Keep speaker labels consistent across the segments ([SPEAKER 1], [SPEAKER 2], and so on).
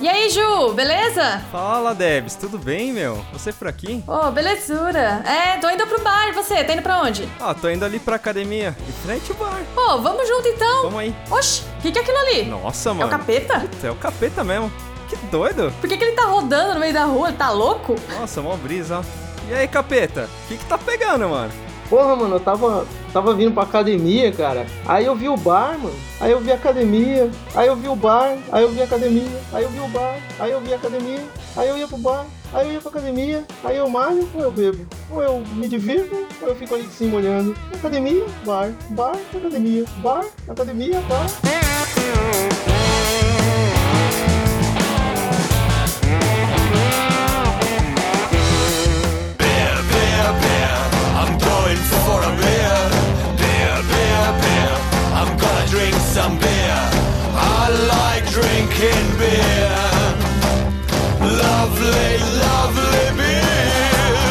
[SPEAKER 1] Will, beleza?
[SPEAKER 2] Fala, Debs, tudo bem, meu? Você por aqui?
[SPEAKER 1] Ô, belezura. É, tô indo pro bar. E você, tá indo pra onde?
[SPEAKER 2] Ah, tô indo ali pra academia, em frente ao bar.
[SPEAKER 1] Ô, vamos junto então.
[SPEAKER 2] Vamos aí.
[SPEAKER 1] Oxi, o que, que é aquilo ali?
[SPEAKER 2] Nossa,
[SPEAKER 1] É o
[SPEAKER 2] mano.
[SPEAKER 1] capeta?
[SPEAKER 2] Puta, É o capeta mesmo. Que doido.
[SPEAKER 1] Por que, que ele tá rodando no meio da rua? Ele tá louco?
[SPEAKER 2] Nossa, mó brisa, ó. E aí, capeta? O que que tá pegando, mano?
[SPEAKER 3] Porra, mano, eu tava, tava vindo pra academia, cara. Aí eu vi o bar, mano. Aí eu vi a academia. Aí eu vi o bar. Aí eu vi a academia. Aí eu vi o bar. Aí eu vi a academia. Aí eu ia pro bar. Aí eu ia pra academia. Aí eu malho ou eu bebo. Ou eu me divirto ou eu fico ali de cima olhando. Academia, bar. Bar, academia. Bar, academia, bar.
[SPEAKER 4] beer, beer. I'm going for a beer. Beer, beer, beer. I'm gonna drink some beer. I like drinking beer. Lovely, lovely beer.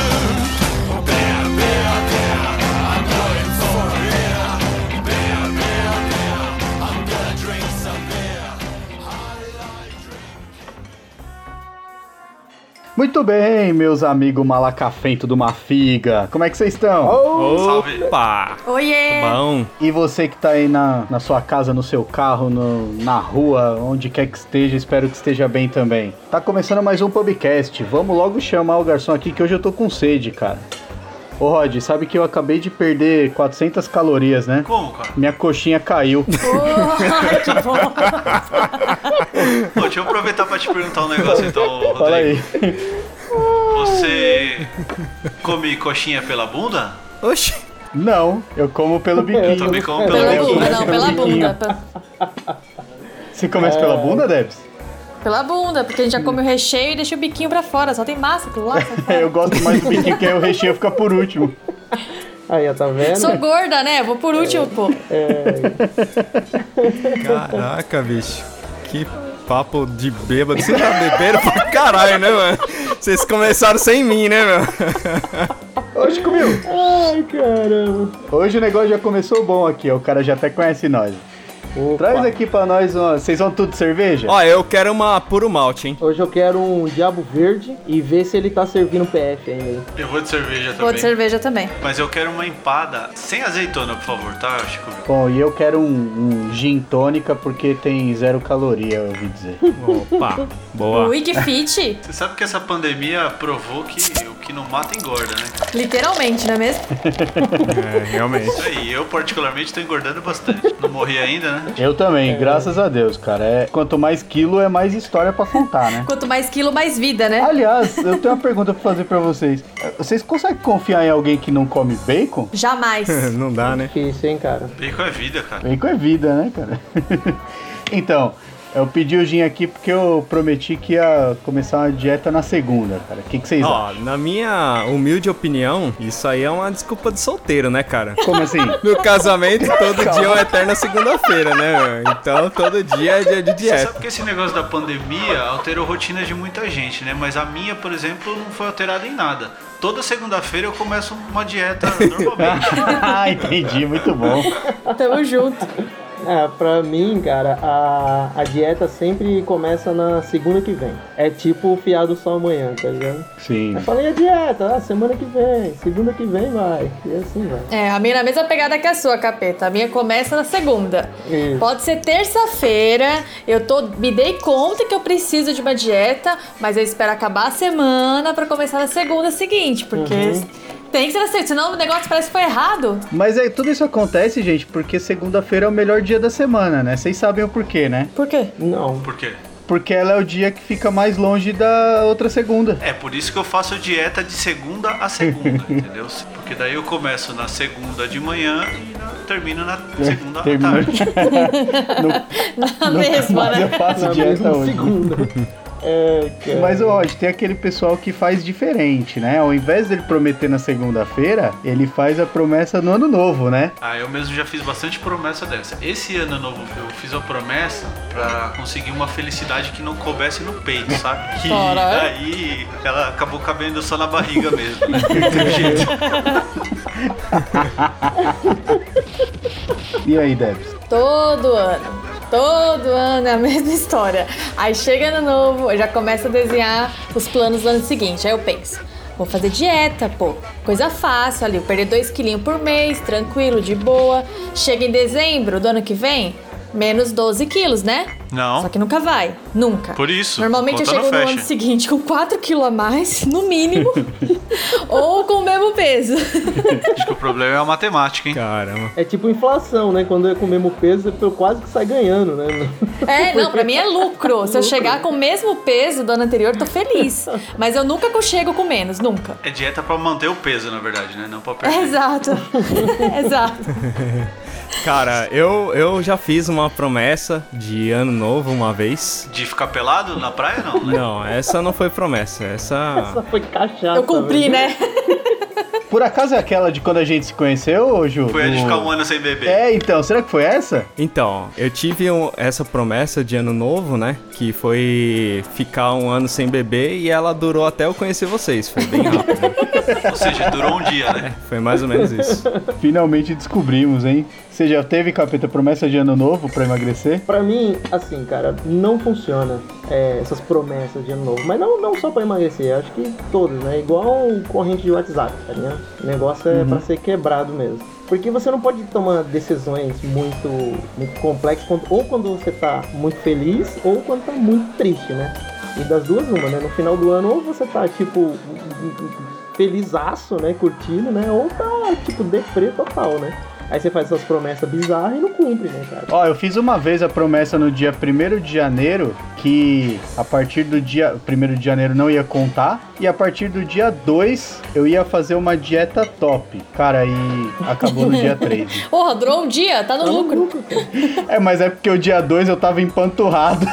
[SPEAKER 4] Beer, beer, beer. I'm going for a beer. Beer, beer, beer. I'm gonna drink some beer.
[SPEAKER 5] Muito bem, meus amigos malacafento do Mafiga. Como é que vocês estão?
[SPEAKER 6] Oh.
[SPEAKER 2] Opa!
[SPEAKER 1] Oiê!
[SPEAKER 2] Bom.
[SPEAKER 5] E você que tá aí na, na sua casa, no seu carro, no- na rua, onde quer que esteja, espero que esteja bem também. Tá começando mais um podcast. Vamos logo chamar o garçom aqui que hoje eu tô com sede, cara. Ô Rod, sabe que eu acabei de perder 400 calorias, né?
[SPEAKER 6] Como, cara?
[SPEAKER 5] Minha coxinha caiu.
[SPEAKER 1] Ai, que bom.
[SPEAKER 6] Pô, deixa eu aproveitar pra te perguntar um negócio então, Rodrigo.
[SPEAKER 5] Fala aí.
[SPEAKER 6] Você come coxinha pela bunda?
[SPEAKER 2] Oxi.
[SPEAKER 5] Não, eu como pelo
[SPEAKER 6] Eu
[SPEAKER 5] biquinho.
[SPEAKER 6] também como pela
[SPEAKER 1] Pela
[SPEAKER 5] Eu
[SPEAKER 6] bunda.
[SPEAKER 1] bunda, não,
[SPEAKER 5] gosto
[SPEAKER 1] pela
[SPEAKER 5] do biquinho.
[SPEAKER 1] bunda. Pe-
[SPEAKER 5] Você começa
[SPEAKER 6] É.
[SPEAKER 5] pela bunda, Debs?
[SPEAKER 1] Pela bunda, porque a gente já come o recheio e deixa o biquinho pra fora. Só tem massa aquilo lá. sai fora.
[SPEAKER 5] É, Eu gosto mais do biquinho, que aí o recheio fica por último.
[SPEAKER 3] Aí, ó, tá vendo? É.
[SPEAKER 1] Sou gorda, né? Vou por último, pô.
[SPEAKER 2] Caraca, bicho. Que papo de bêbado. Você tá bebendo pra caralho, né, mano? Vocês começaram sem mim, né, meu?
[SPEAKER 5] Hoje comigo.
[SPEAKER 3] Ai, caramba.
[SPEAKER 5] Hoje o negócio já começou bom aqui, ó. o cara já até conhece nós.
[SPEAKER 3] Opa.
[SPEAKER 5] Traz aqui pra nós uma. Vocês vão tudo cerveja?
[SPEAKER 2] Ó, eu quero uma puro malte, hein?
[SPEAKER 3] Hoje eu quero um diabo verde e ver se ele tá servindo PF ainda.
[SPEAKER 6] Eu vou de cerveja
[SPEAKER 1] Vou de
[SPEAKER 6] também.
[SPEAKER 1] cerveja também.
[SPEAKER 6] Mas eu quero uma empada sem azeitona, por favor, tá, Chico?
[SPEAKER 5] Bom, e eu quero um, um gin tônica porque tem zero caloria, eu ouvi dizer.
[SPEAKER 2] Opa.
[SPEAKER 1] O
[SPEAKER 2] Boa.
[SPEAKER 1] Wikifit,
[SPEAKER 6] Você sabe que essa pandemia provou que o que não mata engorda, né? cara?
[SPEAKER 1] literalmente, não é mesmo?
[SPEAKER 2] É, realmente.
[SPEAKER 6] Isso aí, eu particularmente tô engordando bastante. Não morri ainda, né?
[SPEAKER 5] Eu também,
[SPEAKER 2] É.
[SPEAKER 5] graças a Deus, cara. É, quanto mais quilo, é mais história pra contar, né?
[SPEAKER 1] Quanto mais quilo, mais vida, né?
[SPEAKER 5] Aliás, eu tenho uma pergunta pra fazer pra vocês. Vocês conseguem confiar em alguém que não come bacon?
[SPEAKER 1] Jamais.
[SPEAKER 2] Não dá, né?
[SPEAKER 3] Difícil, hein, cara?
[SPEAKER 6] Bacon é vida, cara.
[SPEAKER 5] Bacon é vida, né, cara? então, eu pedi o gin aqui porque eu prometi que ia começar uma dieta na segunda, cara. O que, que vocês acham?
[SPEAKER 2] Ó, na minha humilde opinião, isso aí é uma desculpa de solteiro, né, cara?
[SPEAKER 5] Como assim?
[SPEAKER 2] No casamento, todo dia é uma eterna segunda-feira, né? meu? Então, todo dia é dia de
[SPEAKER 6] Você
[SPEAKER 2] dieta.
[SPEAKER 6] sabe que esse negócio da pandemia alterou rotinas de muita gente, né? Mas a minha, por exemplo, não foi alterada em nada. Toda segunda-feira eu começo uma dieta normalmente.
[SPEAKER 5] ah, entendi, muito bom.
[SPEAKER 1] Tamo junto.
[SPEAKER 3] É, pra mim, cara, a, a dieta sempre começa na segunda que vem. É tipo o fiado só amanhã, tá ligado?
[SPEAKER 5] Sim.
[SPEAKER 3] Eu falei a dieta, ah, semana que vem, segunda que vem vai. E assim vai.
[SPEAKER 1] É, a minha é na mesma pegada que a sua, capeta. A minha começa na segunda.
[SPEAKER 3] Isso.
[SPEAKER 1] Pode ser terça-feira. Eu tô, me dei conta que eu preciso de uma dieta, mas eu espero acabar a semana pra começar na segunda seguinte, porque tem que ser na segunda, senão o negócio parece que foi errado.
[SPEAKER 5] Mas é, tudo isso acontece, gente, porque segunda-feira é o melhor dia da semana, né? Vocês sabem o porquê, né?
[SPEAKER 1] Por quê?
[SPEAKER 3] Não.
[SPEAKER 6] Por quê?
[SPEAKER 5] Porque ela é o dia que fica mais longe da outra segunda.
[SPEAKER 6] É por isso que eu faço dieta de segunda a segunda, entendeu? Porque daí eu começo na segunda de manhã e na- termino na segunda à
[SPEAKER 5] Termina-
[SPEAKER 6] tarde.
[SPEAKER 1] Na mesma,
[SPEAKER 5] Mas eu
[SPEAKER 1] né?
[SPEAKER 5] faço
[SPEAKER 3] Na
[SPEAKER 5] dieta
[SPEAKER 3] mesma
[SPEAKER 5] hoje.
[SPEAKER 3] segunda. É, cara.
[SPEAKER 5] Mas hoje tem aquele pessoal que faz diferente, né? Ao invés dele prometer na segunda-feira, ele faz a promessa no ano novo, né?
[SPEAKER 6] Ah, eu mesmo já fiz bastante promessa dessa. Esse ano é novo eu fiz uma promessa pra conseguir uma felicidade que não coubesse no peito, sabe? Que
[SPEAKER 1] Caralho.
[SPEAKER 6] daí ela acabou cabendo só na barriga mesmo. né? Não teve jeito.
[SPEAKER 5] E aí, Debs?
[SPEAKER 1] Todo ano. Todo ano é a mesma história. Aí chega ano novo, eu já começo a desenhar os planos do ano seguinte. Aí eu penso, vou fazer dieta, pô. Coisa fácil ali, eu perder 2 quilinhos por mês, tranquilo, de boa. Chega em dezembro do ano que vem, menos 12 quilos, né?
[SPEAKER 6] Não.
[SPEAKER 1] Só que nunca vai, nunca.
[SPEAKER 6] Por isso,
[SPEAKER 1] Normalmente eu
[SPEAKER 6] conta não
[SPEAKER 1] chego no ano
[SPEAKER 6] fecha.
[SPEAKER 1] seguinte com 4 quilos a mais, no mínimo. ou com o mesmo peso.
[SPEAKER 6] Acho que o problema é a matemática, hein?
[SPEAKER 2] Caramba.
[SPEAKER 3] É tipo inflação, né? Quando é com o mesmo peso, você quase que sai ganhando, né?
[SPEAKER 1] É, não, pra mim é lucro. Se eu chegar com o mesmo peso do ano anterior, tô feliz. Mas eu nunca co- chego com menos, nunca.
[SPEAKER 6] É dieta pra manter o peso, na verdade, né? Não pra perder.
[SPEAKER 1] Exato. Exato.
[SPEAKER 2] Cara, eu, eu já fiz uma promessa de ano novo uma vez.
[SPEAKER 6] De ficar pelado na praia, não, né?
[SPEAKER 2] Não, essa não foi promessa. Essa.
[SPEAKER 3] Essa foi cachaça.
[SPEAKER 1] Eu cumpri,
[SPEAKER 3] velho.
[SPEAKER 1] né?
[SPEAKER 5] Por acaso é aquela de quando a gente se conheceu, ô, Ju?
[SPEAKER 6] Foi a de
[SPEAKER 5] Do-
[SPEAKER 6] ficar um ano sem beber.
[SPEAKER 5] É, então, será que foi essa?
[SPEAKER 2] Então, eu tive um- essa promessa de ano novo, né? Que foi ficar um ano sem beber e ela durou até eu conhecer vocês. Foi bem rápido.
[SPEAKER 6] Ou seja, durou um dia, né?
[SPEAKER 2] foi mais ou menos isso.
[SPEAKER 5] Finalmente descobrimos, hein? Você já teve, capeta, promessa de ano novo pra emagrecer?
[SPEAKER 3] Pra mim, assim, cara, não funciona é, essas promessas de ano novo. Mas não, não só pra emagrecer, acho que todas, né? Igual corrente de WhatsApp, tá ligado? O negócio é pra ser quebrado mesmo. Porque você não pode tomar decisões muito, muito complexas, quando- ou quando você tá muito feliz, ou quando tá muito triste, né? E das duas, uma, né? No final do ano, ou você tá, tipo, felizaço, né? Curtindo, né? Ou tá, tipo, deprê total, né? Aí você faz essas promessas bizarras e não cumpre, né, cara?
[SPEAKER 5] Ó, eu fiz uma vez a promessa no dia 1 de janeiro que a partir do dia 1 de janeiro não ia contar e a partir do dia 2 eu ia fazer uma dieta top. Cara, e acabou no dia 3.
[SPEAKER 1] Porra, durou um dia, tá no
[SPEAKER 3] Tá no
[SPEAKER 1] lucro.
[SPEAKER 3] lucro, cara.
[SPEAKER 5] É, mas é porque o dia 2 eu tava empanturrado.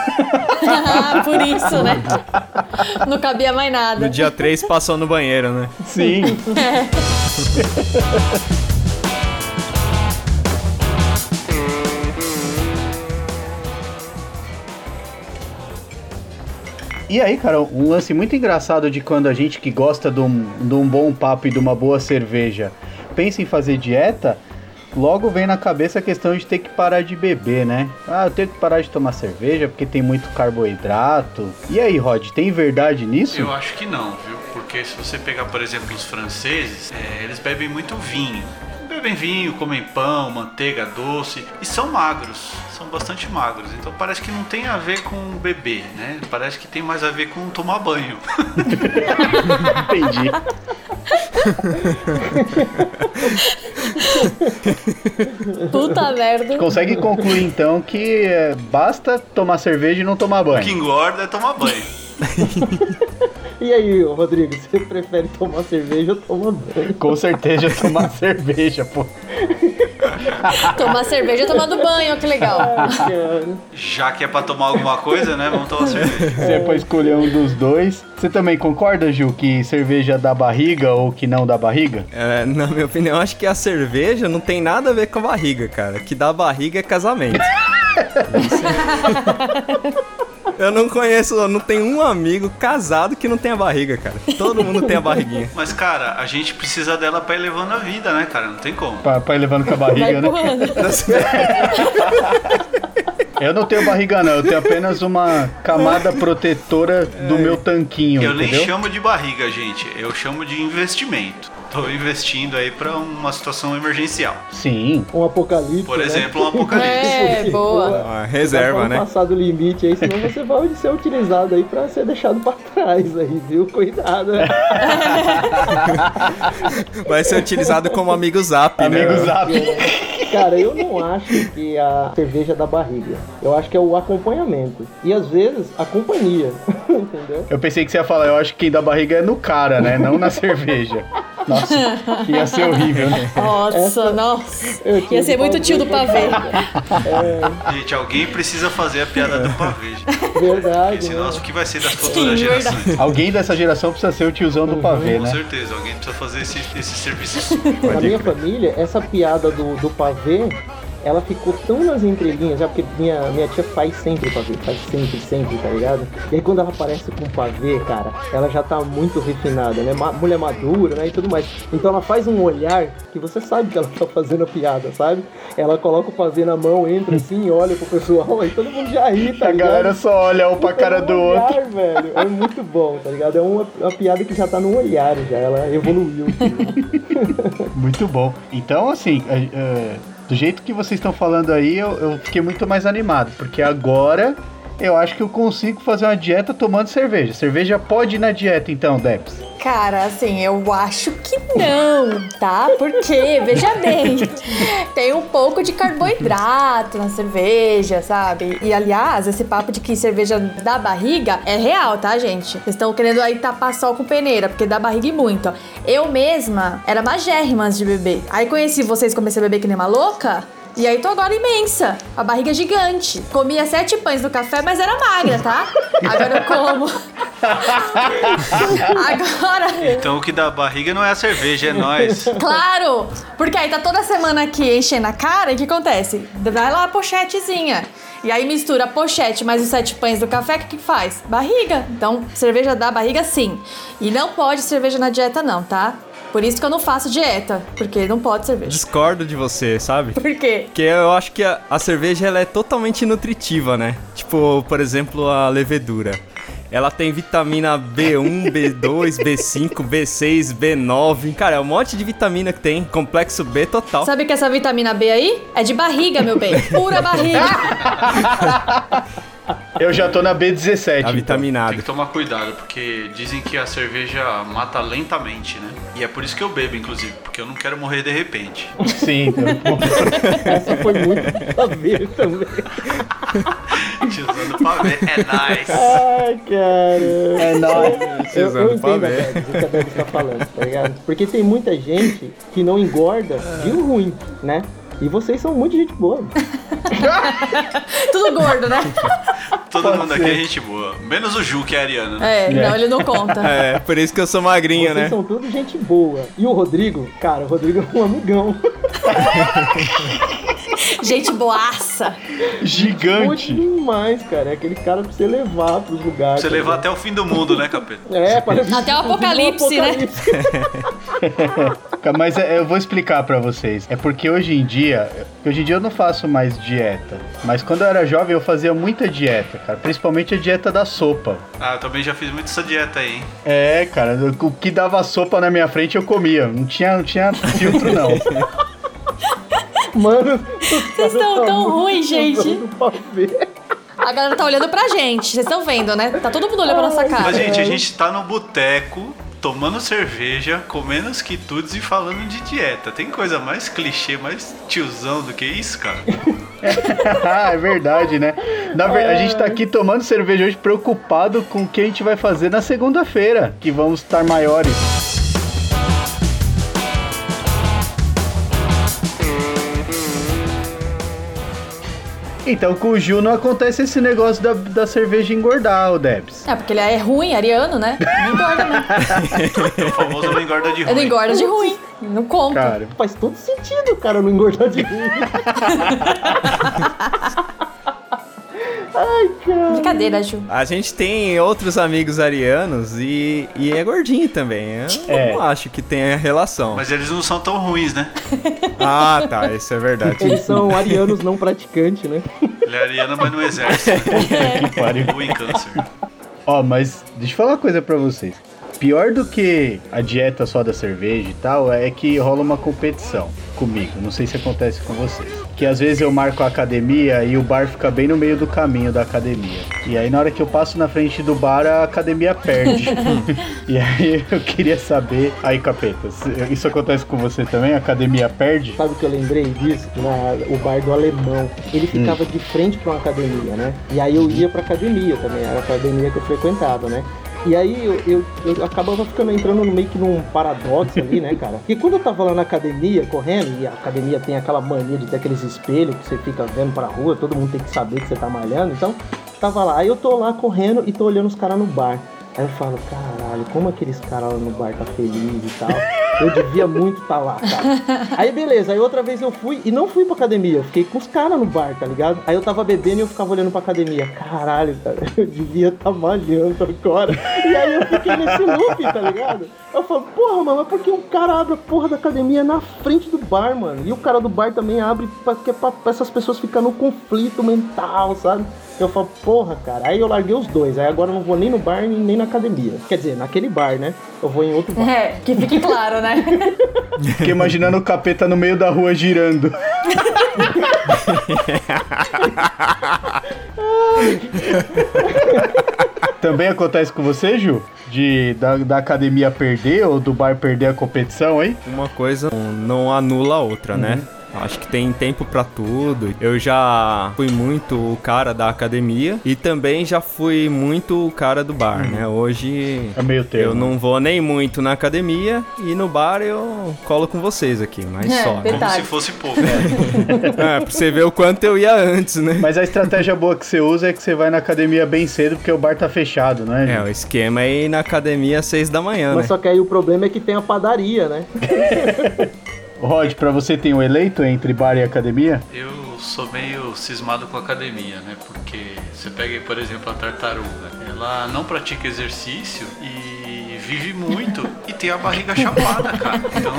[SPEAKER 1] Ah, Por isso, né? Não cabia mais
[SPEAKER 2] No
[SPEAKER 1] nada.
[SPEAKER 2] dia 3 passou no banheiro, né?
[SPEAKER 5] Sim. E aí, cara, um lance muito engraçado de quando a gente que gosta de um, de um bom papo e de uma boa cerveja pensa em fazer dieta, logo vem na cabeça a questão de ter que parar de beber, né? Ah, eu tenho que parar de tomar cerveja porque tem muito carboidrato. E aí, Rod, tem verdade nisso?
[SPEAKER 6] Eu acho que não, viu? Porque se você pegar, por exemplo, os franceses, é, eles bebem muito vinho. Bebem vinho, comem pão, manteiga, doce e são magros, são bastante magros. Então parece que não tem a ver com beber, né? Parece que tem mais a ver com tomar banho.
[SPEAKER 5] Entendi.
[SPEAKER 1] Puta merda.
[SPEAKER 5] Consegue concluir então que é, basta tomar cerveja e não tomar
[SPEAKER 6] O que
[SPEAKER 5] banho.
[SPEAKER 6] engorda é tomar banho.
[SPEAKER 3] E aí, ô, Rodrigo, você prefere tomar cerveja ou tomar banho?
[SPEAKER 5] Com certeza tomar cerveja, pô.
[SPEAKER 1] Tomar cerveja tomando banho, ó, que legal.
[SPEAKER 6] Já que é pra tomar alguma coisa, né? Vamos tomar cerveja.
[SPEAKER 5] Se é pra escolher um dos dois. Você também concorda, Gil, que cerveja dá barriga ou que não dá barriga?
[SPEAKER 2] É, na minha opinião, acho que a cerveja não tem nada a ver com a barriga, cara. O que dá barriga é casamento. Isso. Eu não conheço, eu não tenho um amigo casado que não tenha barriga, cara. Todo mundo tem a barriguinha.
[SPEAKER 6] Mas, cara, a gente precisa dela pra ir levando a vida, né, cara? Não tem como.
[SPEAKER 5] Pra, pra ir levando com a
[SPEAKER 1] Vai
[SPEAKER 5] barriga, né?
[SPEAKER 1] empurrando.
[SPEAKER 5] Eu não tenho barriga, não. Eu tenho apenas uma camada protetora do meu tanquinho,
[SPEAKER 6] Eu nem
[SPEAKER 5] entendeu?
[SPEAKER 6] chamo de barriga, gente. Eu chamo de investimento. Tô investindo aí pra uma situação emergencial.
[SPEAKER 5] Sim.
[SPEAKER 3] Um apocalipse.
[SPEAKER 6] Por
[SPEAKER 3] né?
[SPEAKER 6] exemplo, um apocalipse.
[SPEAKER 1] É, boa.
[SPEAKER 2] Ah,
[SPEAKER 3] Você tá
[SPEAKER 2] reserva,
[SPEAKER 3] falando
[SPEAKER 2] né?
[SPEAKER 3] Passar do limite aí, senão você vai ser utilizado aí pra ser deixado pra trás aí, viu? Cuidado. né?
[SPEAKER 2] Vai ser utilizado como amigo zap,
[SPEAKER 6] É.
[SPEAKER 2] né?
[SPEAKER 5] Amigo Zap.
[SPEAKER 3] Cara, eu não acho que a cerveja da barriga. Eu acho que é o acompanhamento. E às vezes, a companhia. Entendeu?
[SPEAKER 5] Eu pensei que você ia falar, eu acho que quem dá barriga é no cara, né? Não na cerveja. Nossa, ia ser horrível, né?
[SPEAKER 1] Nossa, nossa.
[SPEAKER 3] Eu tive
[SPEAKER 1] Ia ser muito
[SPEAKER 3] pavê
[SPEAKER 1] tio do pavê.
[SPEAKER 6] Gente, alguém precisa fazer a piada do pavê, gente.
[SPEAKER 3] Verdade.
[SPEAKER 6] Esse
[SPEAKER 3] né?
[SPEAKER 6] nosso que vai ser das futuras
[SPEAKER 1] Sim, verdade.
[SPEAKER 6] gerações.
[SPEAKER 5] Alguém dessa geração precisa ser o tiozão do pavê,
[SPEAKER 6] Com
[SPEAKER 5] né?
[SPEAKER 6] certeza, alguém precisa fazer esse, esse serviço.
[SPEAKER 3] Na minha família, essa piada do, do pavê ela ficou tão nas entrelinhas, já porque minha, minha tia faz sempre pavê, faz sempre, sempre, tá ligado? E aí quando ela aparece com pavê, cara, ela já tá muito refinada, né? Ma- mulher madura, né? E tudo mais. Então ela faz um olhar que você sabe que ela tá fazendo a piada, sabe? Ela coloca o pavê na mão, entra assim, olha pro pessoal, aí todo mundo já ri, tá
[SPEAKER 5] A
[SPEAKER 3] ligado?
[SPEAKER 5] galera só olha um pra
[SPEAKER 3] Puta,
[SPEAKER 5] cara
[SPEAKER 3] no
[SPEAKER 5] do
[SPEAKER 3] olhar,
[SPEAKER 5] outro.
[SPEAKER 3] velho. É muito bom, tá ligado? É uma, uma piada que já tá no olhar, já. Ela evoluiu.
[SPEAKER 5] Muito bom. Então, assim, é, é, do jeito que vocês estão falando aí, eu, eu fiquei muito mais animado, porque agora eu acho que eu consigo fazer uma dieta tomando cerveja. Cerveja pode ir na dieta, então, Deps.
[SPEAKER 1] Cara, assim, eu acho que não, tá? Porque, veja bem, tem um pouco de carboidrato na cerveja, sabe? E aliás, esse papo de que cerveja dá barriga é real, tá, gente? Vocês estão querendo aí tapar sol com peneira, porque dá barriga e muito. ó. Eu mesma era magérrima antes de beber. Aí conheci vocês, comecei a beber que nem uma louca. E aí tô agora imensa, a barriga é gigante. Comia sete pães no café, mas era magra, tá? Agora eu como. agora,
[SPEAKER 6] Então o que dá barriga não é a cerveja, é nós.
[SPEAKER 1] claro! Porque aí tá toda semana aqui enchendo a cara, e o que acontece? Vai lá a pochetezinha. E aí mistura a pochete mais os sete pães do café, o que, que faz? Barriga. Então, cerveja dá barriga sim. E não pode cerveja na dieta, não, tá? Por isso que eu não faço dieta, porque não pode cerveja.
[SPEAKER 2] Discordo de você, sabe?
[SPEAKER 1] Por quê?
[SPEAKER 2] Porque eu acho que a, a cerveja ela é totalmente nutritiva, né? Tipo, por exemplo, a levedura. Ela tem vitamina B1, B2, B5, B6, B9. Cara, é um monte de vitamina que tem. Complexo B total.
[SPEAKER 1] Sabe que essa vitamina B aí é de barriga, meu bem. Pura barriga.
[SPEAKER 5] Eu já tô na B17.
[SPEAKER 2] A
[SPEAKER 5] então.
[SPEAKER 6] Tem
[SPEAKER 2] vitaminada.
[SPEAKER 6] que tomar cuidado, porque dizem que a cerveja mata lentamente, né? E é por isso que eu bebo, inclusive, porque eu não quero morrer de repente.
[SPEAKER 5] Sim, então.
[SPEAKER 3] Essa foi muito a ver também.
[SPEAKER 6] Te usando pra ver. É nice.
[SPEAKER 3] Ai, cara.
[SPEAKER 5] é nóis.
[SPEAKER 3] Eu, eu
[SPEAKER 2] Precisando pra
[SPEAKER 3] entendo a
[SPEAKER 2] ver.
[SPEAKER 3] Debs, o que a Debs tá falando, tá ligado? Porque tem muita gente que não engorda de ruim, né? E vocês são muito gente boa.
[SPEAKER 1] Tudo gordo, né?
[SPEAKER 6] Todo
[SPEAKER 5] Pode
[SPEAKER 6] mundo
[SPEAKER 5] ser.
[SPEAKER 6] aqui é gente boa. Menos o Ju, que é a Ariana, né?
[SPEAKER 1] É, não, ele não conta.
[SPEAKER 2] É, por isso que eu sou magrinho,
[SPEAKER 3] Vocês
[SPEAKER 2] né?
[SPEAKER 3] são tudo gente boa. E o Rodrigo, cara, o Rodrigo é um amigão.
[SPEAKER 1] Gente boaça.
[SPEAKER 3] Boa
[SPEAKER 5] Gigante.
[SPEAKER 3] demais, cara. É aquele cara pra você levar pros lugares.
[SPEAKER 6] Você
[SPEAKER 3] tá
[SPEAKER 6] levar
[SPEAKER 3] ligado?
[SPEAKER 6] até o fim do mundo, né, capeta?
[SPEAKER 3] É, parece
[SPEAKER 1] Até o apocalipse, né?
[SPEAKER 5] Mas é- eu vou explicar pra vocês. É porque hoje em dia, hoje em dia eu não faço mais dieta. Mas quando eu era jovem eu fazia muita dieta, cara. Principalmente a dieta da sopa.
[SPEAKER 6] Ah, eu também já fiz muito essa dieta aí, hein?
[SPEAKER 5] É, cara, o que dava sopa na minha frente eu comia. Não tinha, não tinha filtro, não.
[SPEAKER 3] Mano, tá
[SPEAKER 1] Vocês estão tão ruins, gente.
[SPEAKER 3] pra ver.
[SPEAKER 1] A galera tá olhando pra gente. Vocês estão vendo, né? Tá todo mundo olhando pra nossa
[SPEAKER 6] Mas,
[SPEAKER 1] cara.
[SPEAKER 6] gente, a gente tá no boteco, tomando cerveja, comendo os quitudes e falando de dieta. Tem coisa mais clichê, mais tiozão do que isso, cara?
[SPEAKER 5] é verdade, né? Na ver- A gente tá aqui tomando cerveja hoje preocupado com o que a gente vai fazer na segunda-feira, que vamos estar maiores. Então com o Gil não acontece esse negócio da, da cerveja engordar, o Debs.
[SPEAKER 1] É, porque ele é ruim, ariano, né? Não engorda, né?
[SPEAKER 6] É o famoso não engorda de
[SPEAKER 1] Ele
[SPEAKER 6] ruim.
[SPEAKER 1] engorda de ruim. Não compra.
[SPEAKER 5] Cara,
[SPEAKER 3] Faz todo sentido, cara, não engordar de mim.
[SPEAKER 1] Brincadeira, Ju.
[SPEAKER 2] A gente tem outros amigos arianos e, e é gordinho também. Eu
[SPEAKER 5] É.
[SPEAKER 2] não acho que tenha relação.
[SPEAKER 6] Mas eles não são tão ruins, né?
[SPEAKER 2] Ah, tá, isso é verdade.
[SPEAKER 3] Eles são arianos não praticantes, né?
[SPEAKER 6] Ele é ariana, mas não exerce.
[SPEAKER 5] que pariu.
[SPEAKER 6] Ou em câncer.
[SPEAKER 5] Ó, mas deixa eu falar uma coisa pra vocês. Pior do que a dieta só da cerveja e tal, é que rola uma competição comigo. Não sei se acontece com vocês. Que às vezes eu marco a academia e o bar fica bem no meio do caminho da academia. E aí na hora que eu passo na frente do bar, a academia perde. e aí eu queria saber. Aí, capeta, se- isso acontece com você também? A academia perde?
[SPEAKER 3] Sabe o que eu lembrei disso? Na, o bar do alemão. Ele ficava de frente pra uma academia, né? E aí eu ia pra academia também, era a academia que eu frequentava, né? E aí eu, eu, eu acabava ficando entrando meio que num paradoxo ali, né, cara? Porque quando eu tava lá na academia, correndo, e a academia tem aquela mania de ter aqueles espelhos que você fica vendo pra rua, todo mundo tem que saber que você tá malhando, então tava lá. Aí eu tô lá correndo e tô olhando os caras no bar. Aí eu falo, caralho, como aqueles caras lá no bar tá feliz e tal. Eu devia muito estar lá, cara. Aí beleza, aí outra vez eu fui e não fui pra academia, eu fiquei com os caras no bar, tá ligado? Aí eu tava bebendo e eu ficava olhando pra academia. Caralho, cara, eu devia estar malhando agora. E aí eu fiquei nesse loop, tá ligado? Eu falo, porra, mano, mas por que um cara abre a porra da academia na frente do bar, mano? E o cara do bar também abre pra, que é pra, pra essas pessoas ficarem no conflito mental, sabe? Eu falo, porra, cara. Aí eu larguei os dois. Aí agora eu não vou nem no bar nem nem na academia. Quer dizer, naquele bar, né? Eu vou em outro bar.
[SPEAKER 1] É, que fique claro, né?
[SPEAKER 5] Fiquei imaginando o capeta no meio da rua girando. Também acontece com você, Ju? De, da, da academia perder ou do bar perder a competição, hein?
[SPEAKER 2] Uma coisa não anula a outra, né? Acho que tem tempo pra tudo. Eu já fui muito o cara da academia e também já fui muito o cara do bar, né? Hoje
[SPEAKER 5] É meio termo.
[SPEAKER 2] eu não vou nem muito na academia e no bar eu colo com vocês aqui, mas
[SPEAKER 1] É,
[SPEAKER 2] só. Né?
[SPEAKER 1] verdade.
[SPEAKER 6] Como
[SPEAKER 1] Detalhe.
[SPEAKER 6] se fosse pouco.
[SPEAKER 2] É, pra você ver o quanto eu ia antes, né?
[SPEAKER 5] Mas a estratégia boa que você usa é que você vai na academia bem cedo porque o bar tá fechado, não é?
[SPEAKER 2] É,
[SPEAKER 5] gente?
[SPEAKER 2] o esquema é ir na academia às seis da manhã,
[SPEAKER 3] Mas
[SPEAKER 2] né?
[SPEAKER 3] só que aí o problema é que tem a padaria, né?
[SPEAKER 5] Rod, pra você tem um eleito entre bar e academia?
[SPEAKER 6] Eu sou meio cismado com a academia, né? Porque você pega, aí, por exemplo, a tartaruga. Ela não pratica exercício e vive muito e tem a barriga chapada, cara. Então,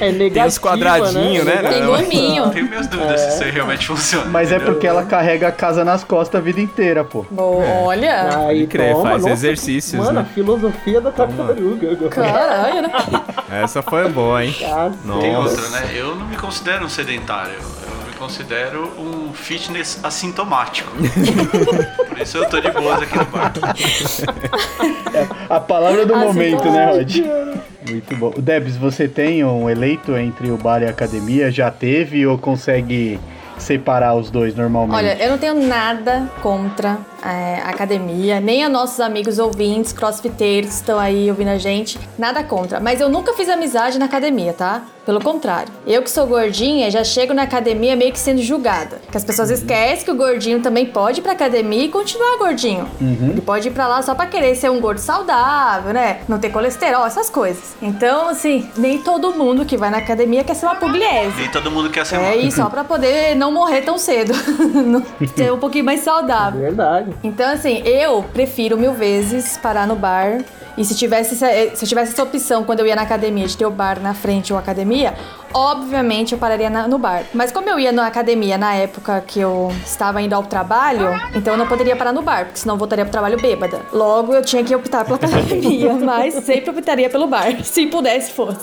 [SPEAKER 3] É negativo.
[SPEAKER 2] Tem os quadradinhos, né?
[SPEAKER 1] Tem
[SPEAKER 2] Não,
[SPEAKER 1] gominho.
[SPEAKER 6] tenho minhas dúvidas se isso aí realmente funciona.
[SPEAKER 5] Mas é
[SPEAKER 6] entendeu?
[SPEAKER 5] porque ela carrega a casa nas costas a vida inteira, pô.
[SPEAKER 1] Bo- Olha.
[SPEAKER 3] Aí
[SPEAKER 2] Pode crer,
[SPEAKER 3] toma,
[SPEAKER 2] faz
[SPEAKER 3] nossa,
[SPEAKER 2] exercícios,
[SPEAKER 3] Mano, a
[SPEAKER 2] né?
[SPEAKER 3] filosofia da tartaruga. agora.
[SPEAKER 1] Caralho, né?
[SPEAKER 2] Essa foi boa, hein?
[SPEAKER 3] Cacete.
[SPEAKER 6] Tem
[SPEAKER 2] Nossa.
[SPEAKER 6] outra, né? Eu não me considero um sedentário. Eu me considero um fitness assintomático. Por isso eu tô de boas aqui no bar.
[SPEAKER 5] A palavra do
[SPEAKER 1] Ah, sim,
[SPEAKER 5] momento,
[SPEAKER 1] claro.
[SPEAKER 5] né, Rod? Muito bom. Debs, você tem um eleito entre o bar e a academia? Já teve ou consegue separar os dois normalmente?
[SPEAKER 1] Olha, eu não tenho nada contra é, a academia, nem a nossos amigos ouvintes, crossfiteiros que estão aí ouvindo a gente, nada contra. Mas eu nunca fiz amizade na academia, tá? Pelo contrário. Eu que sou gordinha, já chego na academia meio que sendo julgada. Que as pessoas esquecem que o gordinho também pode ir pra academia e continuar gordinho. Ele pode ir pra lá só pra querer ser um gordo saudável, né? Não ter colesterol, essas coisas. Então, assim, nem todo mundo que vai na academia quer ser uma pugliese.
[SPEAKER 6] Nem todo mundo quer ser
[SPEAKER 1] É, e só pra poder não morrer tão cedo. Não- Ser um pouquinho mais saudável.
[SPEAKER 3] Verdade.
[SPEAKER 1] Então, assim, eu prefiro mil vezes parar no bar. E se tivesse, essa- eh, se eu tivesse essa opção quando eu ia na academia de ter o bar na frente ou academia, obviamente eu pararia na- no bar. Mas como eu ia na academia na época que eu estava indo ao trabalho, então eu não poderia parar no bar, porque senão eu voltaria pro trabalho bêbada. Logo eu tinha que optar pela academia, mas sempre optaria pelo bar, se pudesse fosse.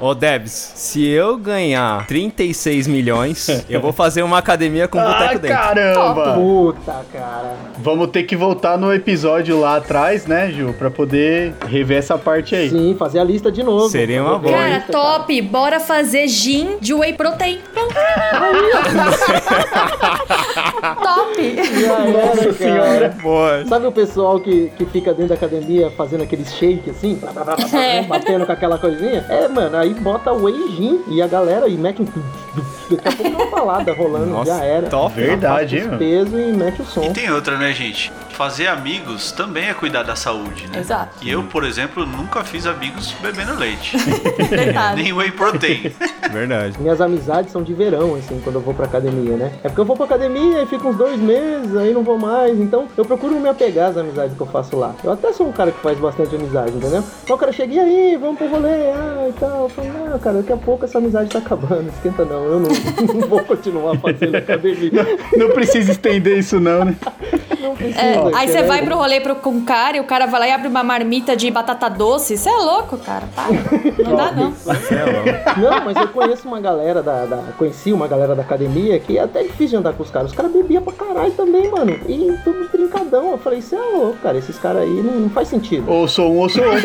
[SPEAKER 2] Ô Debs, se eu ganhar 36 milhões, eu vou fazer uma academia com um
[SPEAKER 5] Ah,
[SPEAKER 2] boteco tá dentro.
[SPEAKER 5] caramba!
[SPEAKER 3] Puta, cara.
[SPEAKER 5] Vamos ter que voltar no episódio lá atrás, né, Ju? Pra poder rever essa parte aí.
[SPEAKER 3] Sim, fazer a lista de novo.
[SPEAKER 2] Seria uma boa,
[SPEAKER 1] Cara, top! Bora fazer gin de whey protein. top!
[SPEAKER 3] Já era,
[SPEAKER 5] Nossa
[SPEAKER 3] cara.
[SPEAKER 5] senhora.
[SPEAKER 2] Boa.
[SPEAKER 3] Sabe o pessoal que, que fica dentro da academia fazendo aquele shake assim, blá, blá, blá, blá, blá,
[SPEAKER 1] É.
[SPEAKER 3] batendo com aquela coisinha? É, mano, aí bota o whey gin e a galera e mete um. tum, tum, tum. Daqui a pouco tem uma balada rolando,
[SPEAKER 2] Nossa,
[SPEAKER 3] já era.
[SPEAKER 2] top.
[SPEAKER 3] Abaixa
[SPEAKER 5] Verdade, hein?
[SPEAKER 3] os pesos e mete o som.
[SPEAKER 6] E tem outra, né, gente? Fazer amigos também é cuidar da saúde, né?
[SPEAKER 1] Exato.
[SPEAKER 6] E eu, por exemplo, nunca fiz amigos bebendo leite.
[SPEAKER 1] Detalhe.
[SPEAKER 6] Nem whey protein.
[SPEAKER 2] Verdade.
[SPEAKER 3] Minhas amizades são de verão, assim, quando eu vou pra academia, né? É porque eu vou pra academia e fico uns dois meses, aí não vou mais. Então, eu procuro me apegar às amizades que eu faço lá. Eu até sou um cara que faz bastante amizade, entendeu? Então o cara chega, e aí, vamos pro rolê, ah, e tal. Eu falo, não, cara, daqui a pouco essa amizade tá acabando, esquenta não. Eu não, não vou continuar fazendo academia.
[SPEAKER 5] Não precisa estender isso, não, né?
[SPEAKER 3] Não precisa.
[SPEAKER 1] É, aí você
[SPEAKER 3] entendeu?
[SPEAKER 1] vai pro rolê pro, com o cara e o cara vai lá e abre uma marmita de batata doce. Você é louco, cara. Para. Não dá, não.
[SPEAKER 2] Cê é louco.
[SPEAKER 3] Não, mas eu conheço uma galera da, da- Conheci uma galera da academia que é até difícil de andar com os caras. Os caras bebiam pra caralho também, mano. E tudo trincadão. Eu falei, você é louco, cara. Esses caras aí não, não faz sentido.
[SPEAKER 5] Ou sou um ou sou outro.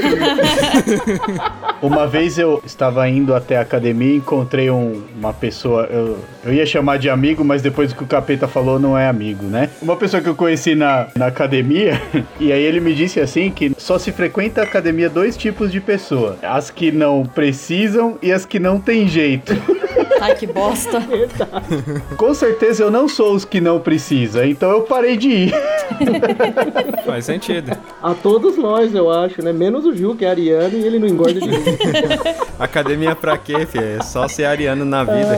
[SPEAKER 5] uma vez eu estava indo até a academia e encontrei um- uma pessoa. Eu, eu ia chamar de amigo, mas depois que o capeta falou, não é amigo, né? Uma pessoa que eu conheci na, na academia. E aí ele me disse assim: que só se frequenta a academia dois tipos de pessoa: as que não precisam e as que não têm jeito.
[SPEAKER 1] Ai, que bosta.
[SPEAKER 5] Com certeza eu não sou os que não precisa, então eu parei de ir.
[SPEAKER 2] Faz sentido.
[SPEAKER 3] A todos nós, eu acho, né? Menos o Gil, que é ariano e ele não engorda de jeito.
[SPEAKER 2] Academia pra quê, filho? É só ser ariano na vida.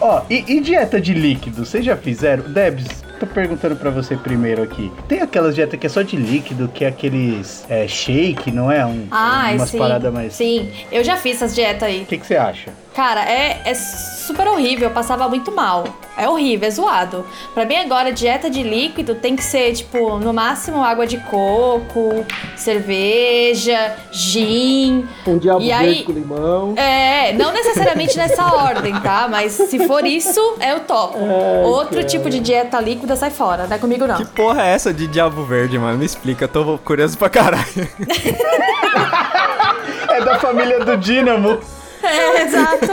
[SPEAKER 5] Ó, e, e dieta de líquido, vocês já fizeram? Debs, tô perguntando pra você primeiro aqui. Tem aquelas dietas que é só de líquido, que é aqueles é, shake, não é? Um,
[SPEAKER 1] Ah,
[SPEAKER 5] umas
[SPEAKER 1] sim.
[SPEAKER 5] paradas mais.
[SPEAKER 1] Sim, eu já fiz essas dietas aí.
[SPEAKER 5] O que que você acha?
[SPEAKER 1] Cara, é, é super horrível, eu passava muito mal. É horrível, é zoado. Pra mim agora, dieta de líquido tem que ser, tipo, no máximo água de coco, cerveja, gin.
[SPEAKER 3] Um diabo
[SPEAKER 1] E
[SPEAKER 3] verde
[SPEAKER 1] aí-
[SPEAKER 3] com limão.
[SPEAKER 1] É, não necessariamente nessa ordem, tá? Mas se for isso, é o topo. Outro tipo de dieta líquida sai fora, não é comigo não.
[SPEAKER 2] Que porra é essa de Diabo Verde, mano? Me explica, eu tô curioso pra caralho.
[SPEAKER 5] É da família do Dínamo.
[SPEAKER 1] É, exato.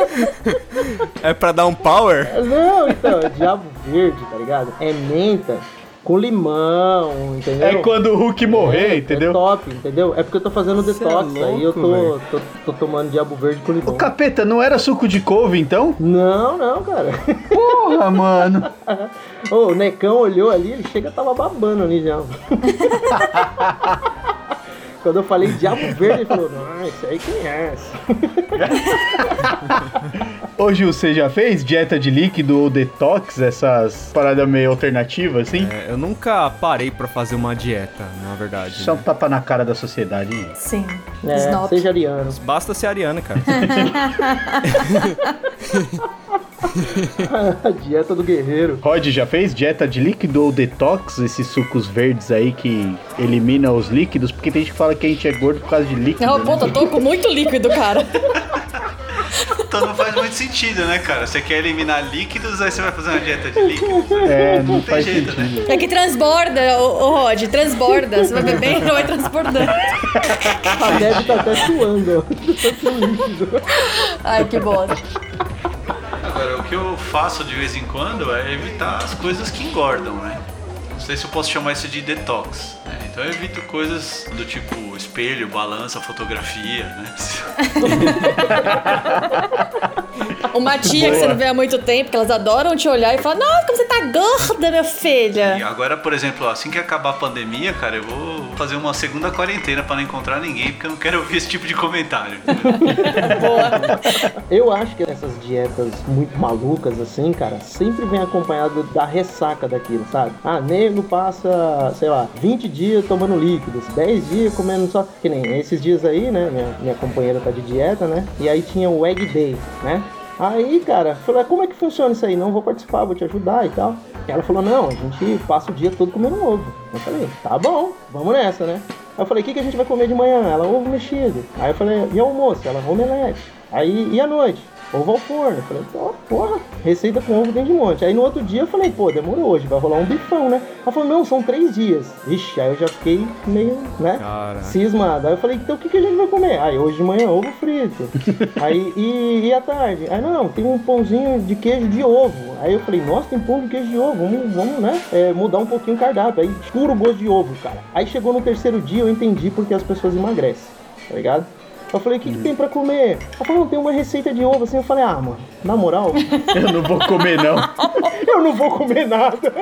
[SPEAKER 2] É pra dar um power?
[SPEAKER 3] Não, então, é diabo verde, tá ligado? É menta com limão, entendeu?
[SPEAKER 5] É quando o Hulk morrer,
[SPEAKER 3] É
[SPEAKER 5] entendeu?
[SPEAKER 3] top, entendeu? É porque eu tô fazendo
[SPEAKER 2] Você é
[SPEAKER 3] detox, aí eu tô,
[SPEAKER 2] louco,
[SPEAKER 3] tô, tô tomando diabo verde com
[SPEAKER 5] Ô
[SPEAKER 3] limão.
[SPEAKER 5] capeta, não era suco de couve então?
[SPEAKER 3] Não, não, cara.
[SPEAKER 5] Porra, mano.
[SPEAKER 3] Ô, o Necão olhou ali, ele chega tava babando ali já. Quando eu falei diabo verde, ele falou, não, isso aí quem é?
[SPEAKER 5] Ô Gil, você já fez dieta de líquido ou detox, essas paradas meio alternativas, assim?
[SPEAKER 2] É, eu nunca parei pra fazer uma dieta, na verdade.
[SPEAKER 5] Só um
[SPEAKER 2] né?
[SPEAKER 5] tapa na cara da sociedade, hein?
[SPEAKER 1] Sim.
[SPEAKER 3] É,
[SPEAKER 1] Snob.
[SPEAKER 3] seja ariano.
[SPEAKER 2] Basta ser ariano, cara.
[SPEAKER 3] A dieta do guerreiro.
[SPEAKER 5] Rod já fez dieta de líquido ou detox, esses sucos verdes aí que elimina os líquidos, porque tem gente que fala que a gente é gordo por causa de líquido.
[SPEAKER 1] Não,
[SPEAKER 5] né?
[SPEAKER 1] pô, eu tô com muito líquido, cara.
[SPEAKER 6] Então não faz muito sentido, né, cara? Você quer eliminar líquidos, aí você vai fazer uma dieta de líquidos.
[SPEAKER 5] É, não
[SPEAKER 6] Não tem
[SPEAKER 5] faz
[SPEAKER 6] jeito, né?
[SPEAKER 5] sentido.
[SPEAKER 1] É que transborda, ô, ô Rod, transborda. Você vai beber e não vai transbordando.
[SPEAKER 3] A Deb tá até suando, ó.
[SPEAKER 1] Ai, que bosta.
[SPEAKER 6] Agora, o que eu faço de vez em quando é evitar as coisas que engordam, né? Não sei se eu posso chamar isso de detox. né? Então eu evito coisas do tipo espelho, balança, fotografia, né?
[SPEAKER 1] Uma tia que você não vê há muito tempo, que elas adoram te olhar e falar, nossa, como você tá gorda, minha
[SPEAKER 6] E
[SPEAKER 1] filha.
[SPEAKER 6] agora, por exemplo, ó, assim que acabar a pandemia, cara, eu vou fazer uma segunda quarentena pra não encontrar ninguém, porque eu não quero ouvir esse tipo de comentário.
[SPEAKER 3] Eu acho que essas dietas muito malucas, assim, cara, sempre vem acompanhado da ressaca daquilo, sabe? Ah, nego passa, sei lá, 20 dias tomando líquidos, 10 dias comendo só. Que nem esses dias aí, né? Minha, minha companheira tá de dieta, né? E aí tinha o Egg Day, né? Aí, cara, falei, "Ah, como é que funciona isso aí? Não vou participar, vou te ajudar e tal. E ela falou, não, a gente passa o dia todo comendo ovo. Eu falei, tá bom, vamos nessa, né? Aí eu falei, o que, que a gente vai comer de manhã? Ela, ovo mexido. Aí eu falei, e almoço? Ela, omelete. Aí, e à noite? Ovo ao forno. Eu falei, ó, porra, receita com ovo tem de monte. Aí no outro dia eu falei, pô, demorou hoje, vai rolar um bifão, né? Ela falou, não, são três dias. Ixi, aí eu já fiquei meio, né?
[SPEAKER 2] Caraca.
[SPEAKER 3] Cismado. Aí eu falei, então o que, que a gente vai comer? Aí hoje de manhã, ovo frito. aí, e, e à tarde? Aí não, tem um pãozinho de queijo de ovo. Aí eu falei, nossa, tem pão de queijo de ovo, vamos, vamos né? é, mudar um pouquinho o cardápio. Aí escuro o gosto de ovo, cara. Aí chegou no terceiro dia, eu entendi porque as pessoas emagrecem, tá ligado? Eu falei, o que, que tem pra comer? Ela falou, não, tem uma receita de ovo assim. Eu falei, ah, mano, na moral,
[SPEAKER 5] Eu não vou comer, não.
[SPEAKER 3] eu não vou comer nada.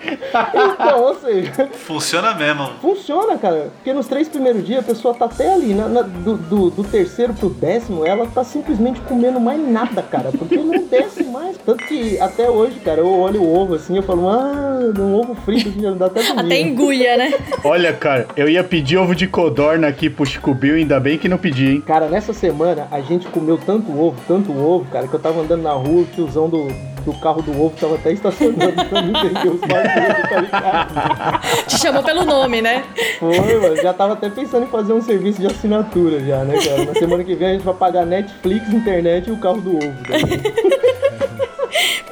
[SPEAKER 3] então, ou seja,
[SPEAKER 6] Funciona mesmo.
[SPEAKER 3] funciona, cara. Porque nos três primeiros dias a pessoa tá até ali, na- na- do, do, do terceiro pro décimo, ela tá simplesmente comendo mais nada, cara. Porque não desce mais. Tanto que até hoje, cara, eu olho o ovo assim, eu falo, ah, um ovo frito que já dá até comigo.
[SPEAKER 1] Até engulha, né?
[SPEAKER 5] Olha, cara, eu ia pedir ovo de codorna aqui pro Chico Bill, ainda bem que não pedi, hein?
[SPEAKER 3] Cara, nessa semana a gente comeu tanto ovo, tanto ovo, cara, que eu tava andando na rua, o tiozão do, do carro do ovo tava até estacionando pra mim, porque os bagulhos, tá ligado?
[SPEAKER 1] Te chamou pelo nome, né?
[SPEAKER 3] Foi, mano, já tava até pensando em fazer um serviço de assinatura já, né, cara? Na semana que vem a gente vai pagar Netflix, internet e o carro do ovo. tá ligado?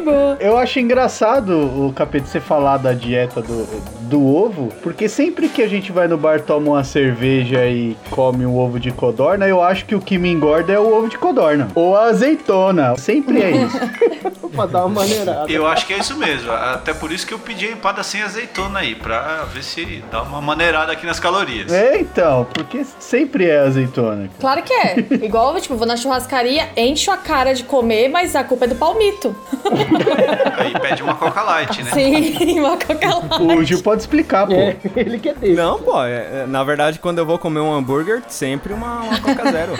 [SPEAKER 1] Boa.
[SPEAKER 5] Eu acho engraçado o capeta você falar da dieta do, do ovo, porque sempre que a gente vai no bar, toma uma cerveja e come um ovo de codorna, eu acho que o que me engorda é o ovo de codorna. Ou a azeitona. Sempre é isso.
[SPEAKER 3] pra dar uma maneirada.
[SPEAKER 6] Eu acho que é isso mesmo. Até por isso que eu pedi a empada sem azeitona aí, pra ver se dá uma maneirada aqui nas calorias.
[SPEAKER 5] É, então, porque sempre é azeitona.
[SPEAKER 1] Claro que é. Igual, tipo, vou na churrascaria, encho a cara de comer, mas a culpa é do palmito.
[SPEAKER 6] Aí pede uma Coca Light, né?
[SPEAKER 1] Sim, uma coca lá.
[SPEAKER 5] O Gil pode explicar, pô.
[SPEAKER 3] É, ele quer ter.
[SPEAKER 2] Não, pô, é- é- na verdade, quando eu vou comer um hambúrguer, sempre uma, uma Coca Zero.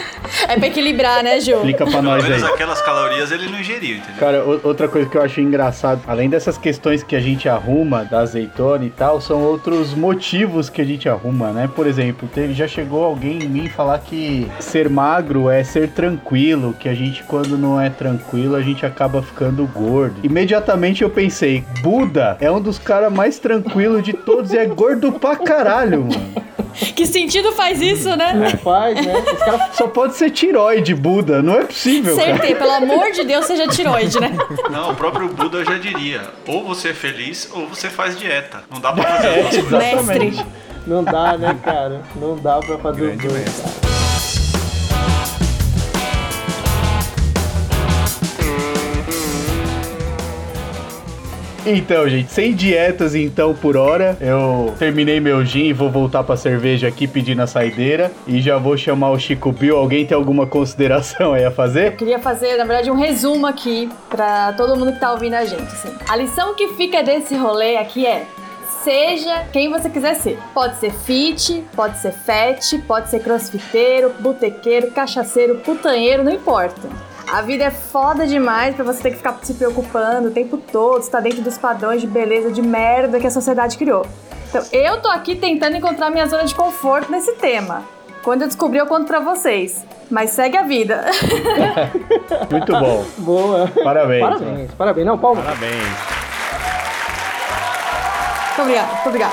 [SPEAKER 1] É pra equilibrar, né, Ju?
[SPEAKER 5] Explica pra
[SPEAKER 6] Pelo
[SPEAKER 5] nós
[SPEAKER 6] menos
[SPEAKER 5] aí.
[SPEAKER 6] aquelas calorias ele não ingeriu, entendeu?
[SPEAKER 5] Cara, o- outra coisa que eu acho engraçado, além dessas questões que a gente arruma da azeitona e tal, são outros motivos que a gente arruma, né? Por exemplo, teve, já chegou alguém em mim falar que ser magro é ser tranquilo, que a gente quando não é tranquilo, a gente acaba ficando gordo. Imediatamente eu pensei, Buda é um dos caras mais tranquilos de todos e é gordo pra caralho, mano.
[SPEAKER 1] Que sentido faz isso, né?
[SPEAKER 3] Não faz, né? Os caras
[SPEAKER 5] Só pode ser tiroide, Buda, não é possível, cara.
[SPEAKER 1] Acertei, pelo amor de Deus, seja tiroide, né?
[SPEAKER 6] Não, o próprio Buda já diria: ou você é feliz ou você faz dieta. Não dá pra fazer
[SPEAKER 5] É.
[SPEAKER 6] as duas coisas.
[SPEAKER 1] Mestre.
[SPEAKER 3] não dá, né, cara? Não dá pra fazer os
[SPEAKER 2] Grande
[SPEAKER 3] dois.
[SPEAKER 2] mestre.
[SPEAKER 3] cara.
[SPEAKER 5] Então, gente, sem dietas então por hora. Eu terminei meu gin e vou voltar pra cerveja aqui pedindo a saideira. E já vou chamar o Chico Bill. Alguém tem alguma consideração aí a fazer?
[SPEAKER 1] Queria fazer, na verdade, um resumo aqui pra todo mundo que tá ouvindo a gente. assim. A lição que fica desse rolê aqui é. Seja quem você quiser ser. Pode ser fit, pode ser fat, pode ser crossfiteiro, botequeiro, cachaceiro, putanheiro, não importa. A vida é foda demais pra você ter que ficar se preocupando o tempo todo, se tá dentro dos padrões de beleza de merda que a sociedade criou. Então, eu tô aqui tentando encontrar minha zona de conforto nesse tema. Quando eu descobrir, eu conto pra vocês. Mas segue a vida.
[SPEAKER 5] Muito bom.
[SPEAKER 3] Boa.
[SPEAKER 5] Parabéns. mano.
[SPEAKER 3] Parabéns, parabéns. Não, palma.
[SPEAKER 2] Parabéns.
[SPEAKER 1] Muito obrigada, muito obrigada.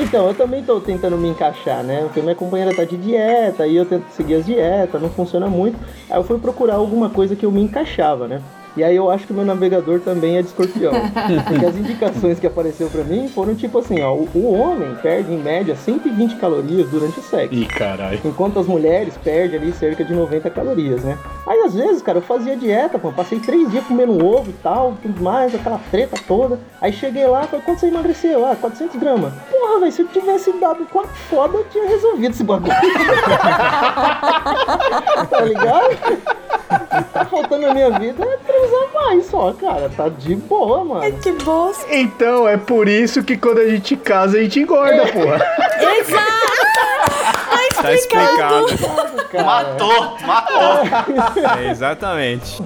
[SPEAKER 3] Então, eu também tô tentando me encaixar, né? Porque minha companheira tá de dieta e eu tento seguir as dietas, não funciona muito. Aí eu fui procurar alguma coisa que eu me encaixava, né? E aí eu acho que meu navegador também é de escorpião. porque as indicações que apareceu pra mim foram tipo assim, ó, o, o homem perde em média 120 calorias durante o sexo.
[SPEAKER 5] Ih, caralho.
[SPEAKER 3] Enquanto as mulheres perdem ali cerca de 90 calorias, né? Aí às vezes, cara, eu fazia dieta, pô, passei três dias comendo um ovo e tal, tudo mais, aquela treta toda. Aí cheguei lá, falei, quanto você emagreceu? Ah, 400 gramas. Porra, velho, se eu tivesse dado quatro foda, eu tinha resolvido esse bagulho. tá ligado? O que Tá faltando na minha vida é transar mais só, cara. Tá de boa, mano.
[SPEAKER 1] Que bolsa.
[SPEAKER 5] Então, é por isso que quando a gente casa, a gente engorda, porra.
[SPEAKER 2] Tá explicado.
[SPEAKER 3] Cara,
[SPEAKER 6] Matou, matou.
[SPEAKER 2] É, exatamente.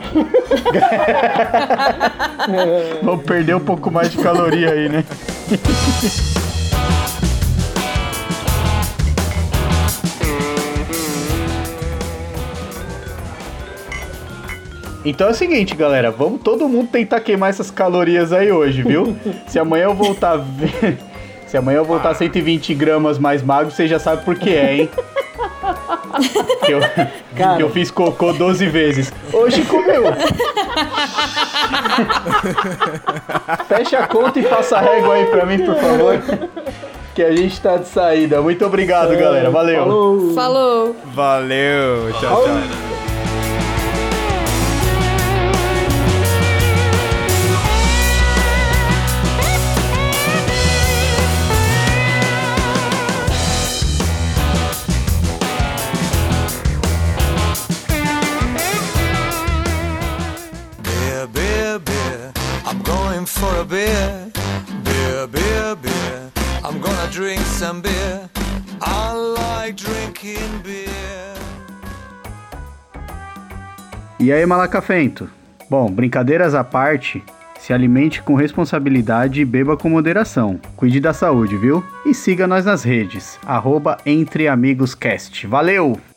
[SPEAKER 5] Vamos perder um pouco mais de caloria aí, né? Então é o seguinte, galera, vamos todo mundo tentar queimar essas calorias aí hoje, viu? Se amanhã eu voltar. ve- Se amanhã eu
[SPEAKER 3] Ah.
[SPEAKER 5] voltar 120 gramas mais magro, você já sabe por que é, hein? Que eu,
[SPEAKER 3] Cara.
[SPEAKER 5] que eu fiz cocô 12 vezes. Hoje comeu! Fecha a conta e faça a régua aí pra mim, por favor. Que a gente tá de saída. Muito obrigado, galera. Valeu.
[SPEAKER 3] Falou.
[SPEAKER 1] Falou.
[SPEAKER 2] Valeu, tchau, tchau.
[SPEAKER 4] Beer, beer, beer, I'm going for a beer. Beer, beer, beer, I'm gonna drink some beer. I like drinking beer.
[SPEAKER 5] E aí, Malacafento? Bom, brincadeiras à parte, se alimente com responsabilidade e beba com moderação. Cuide da saúde, viu? E siga nós nas redes, arroba Entre Amigos Cast. Valeu!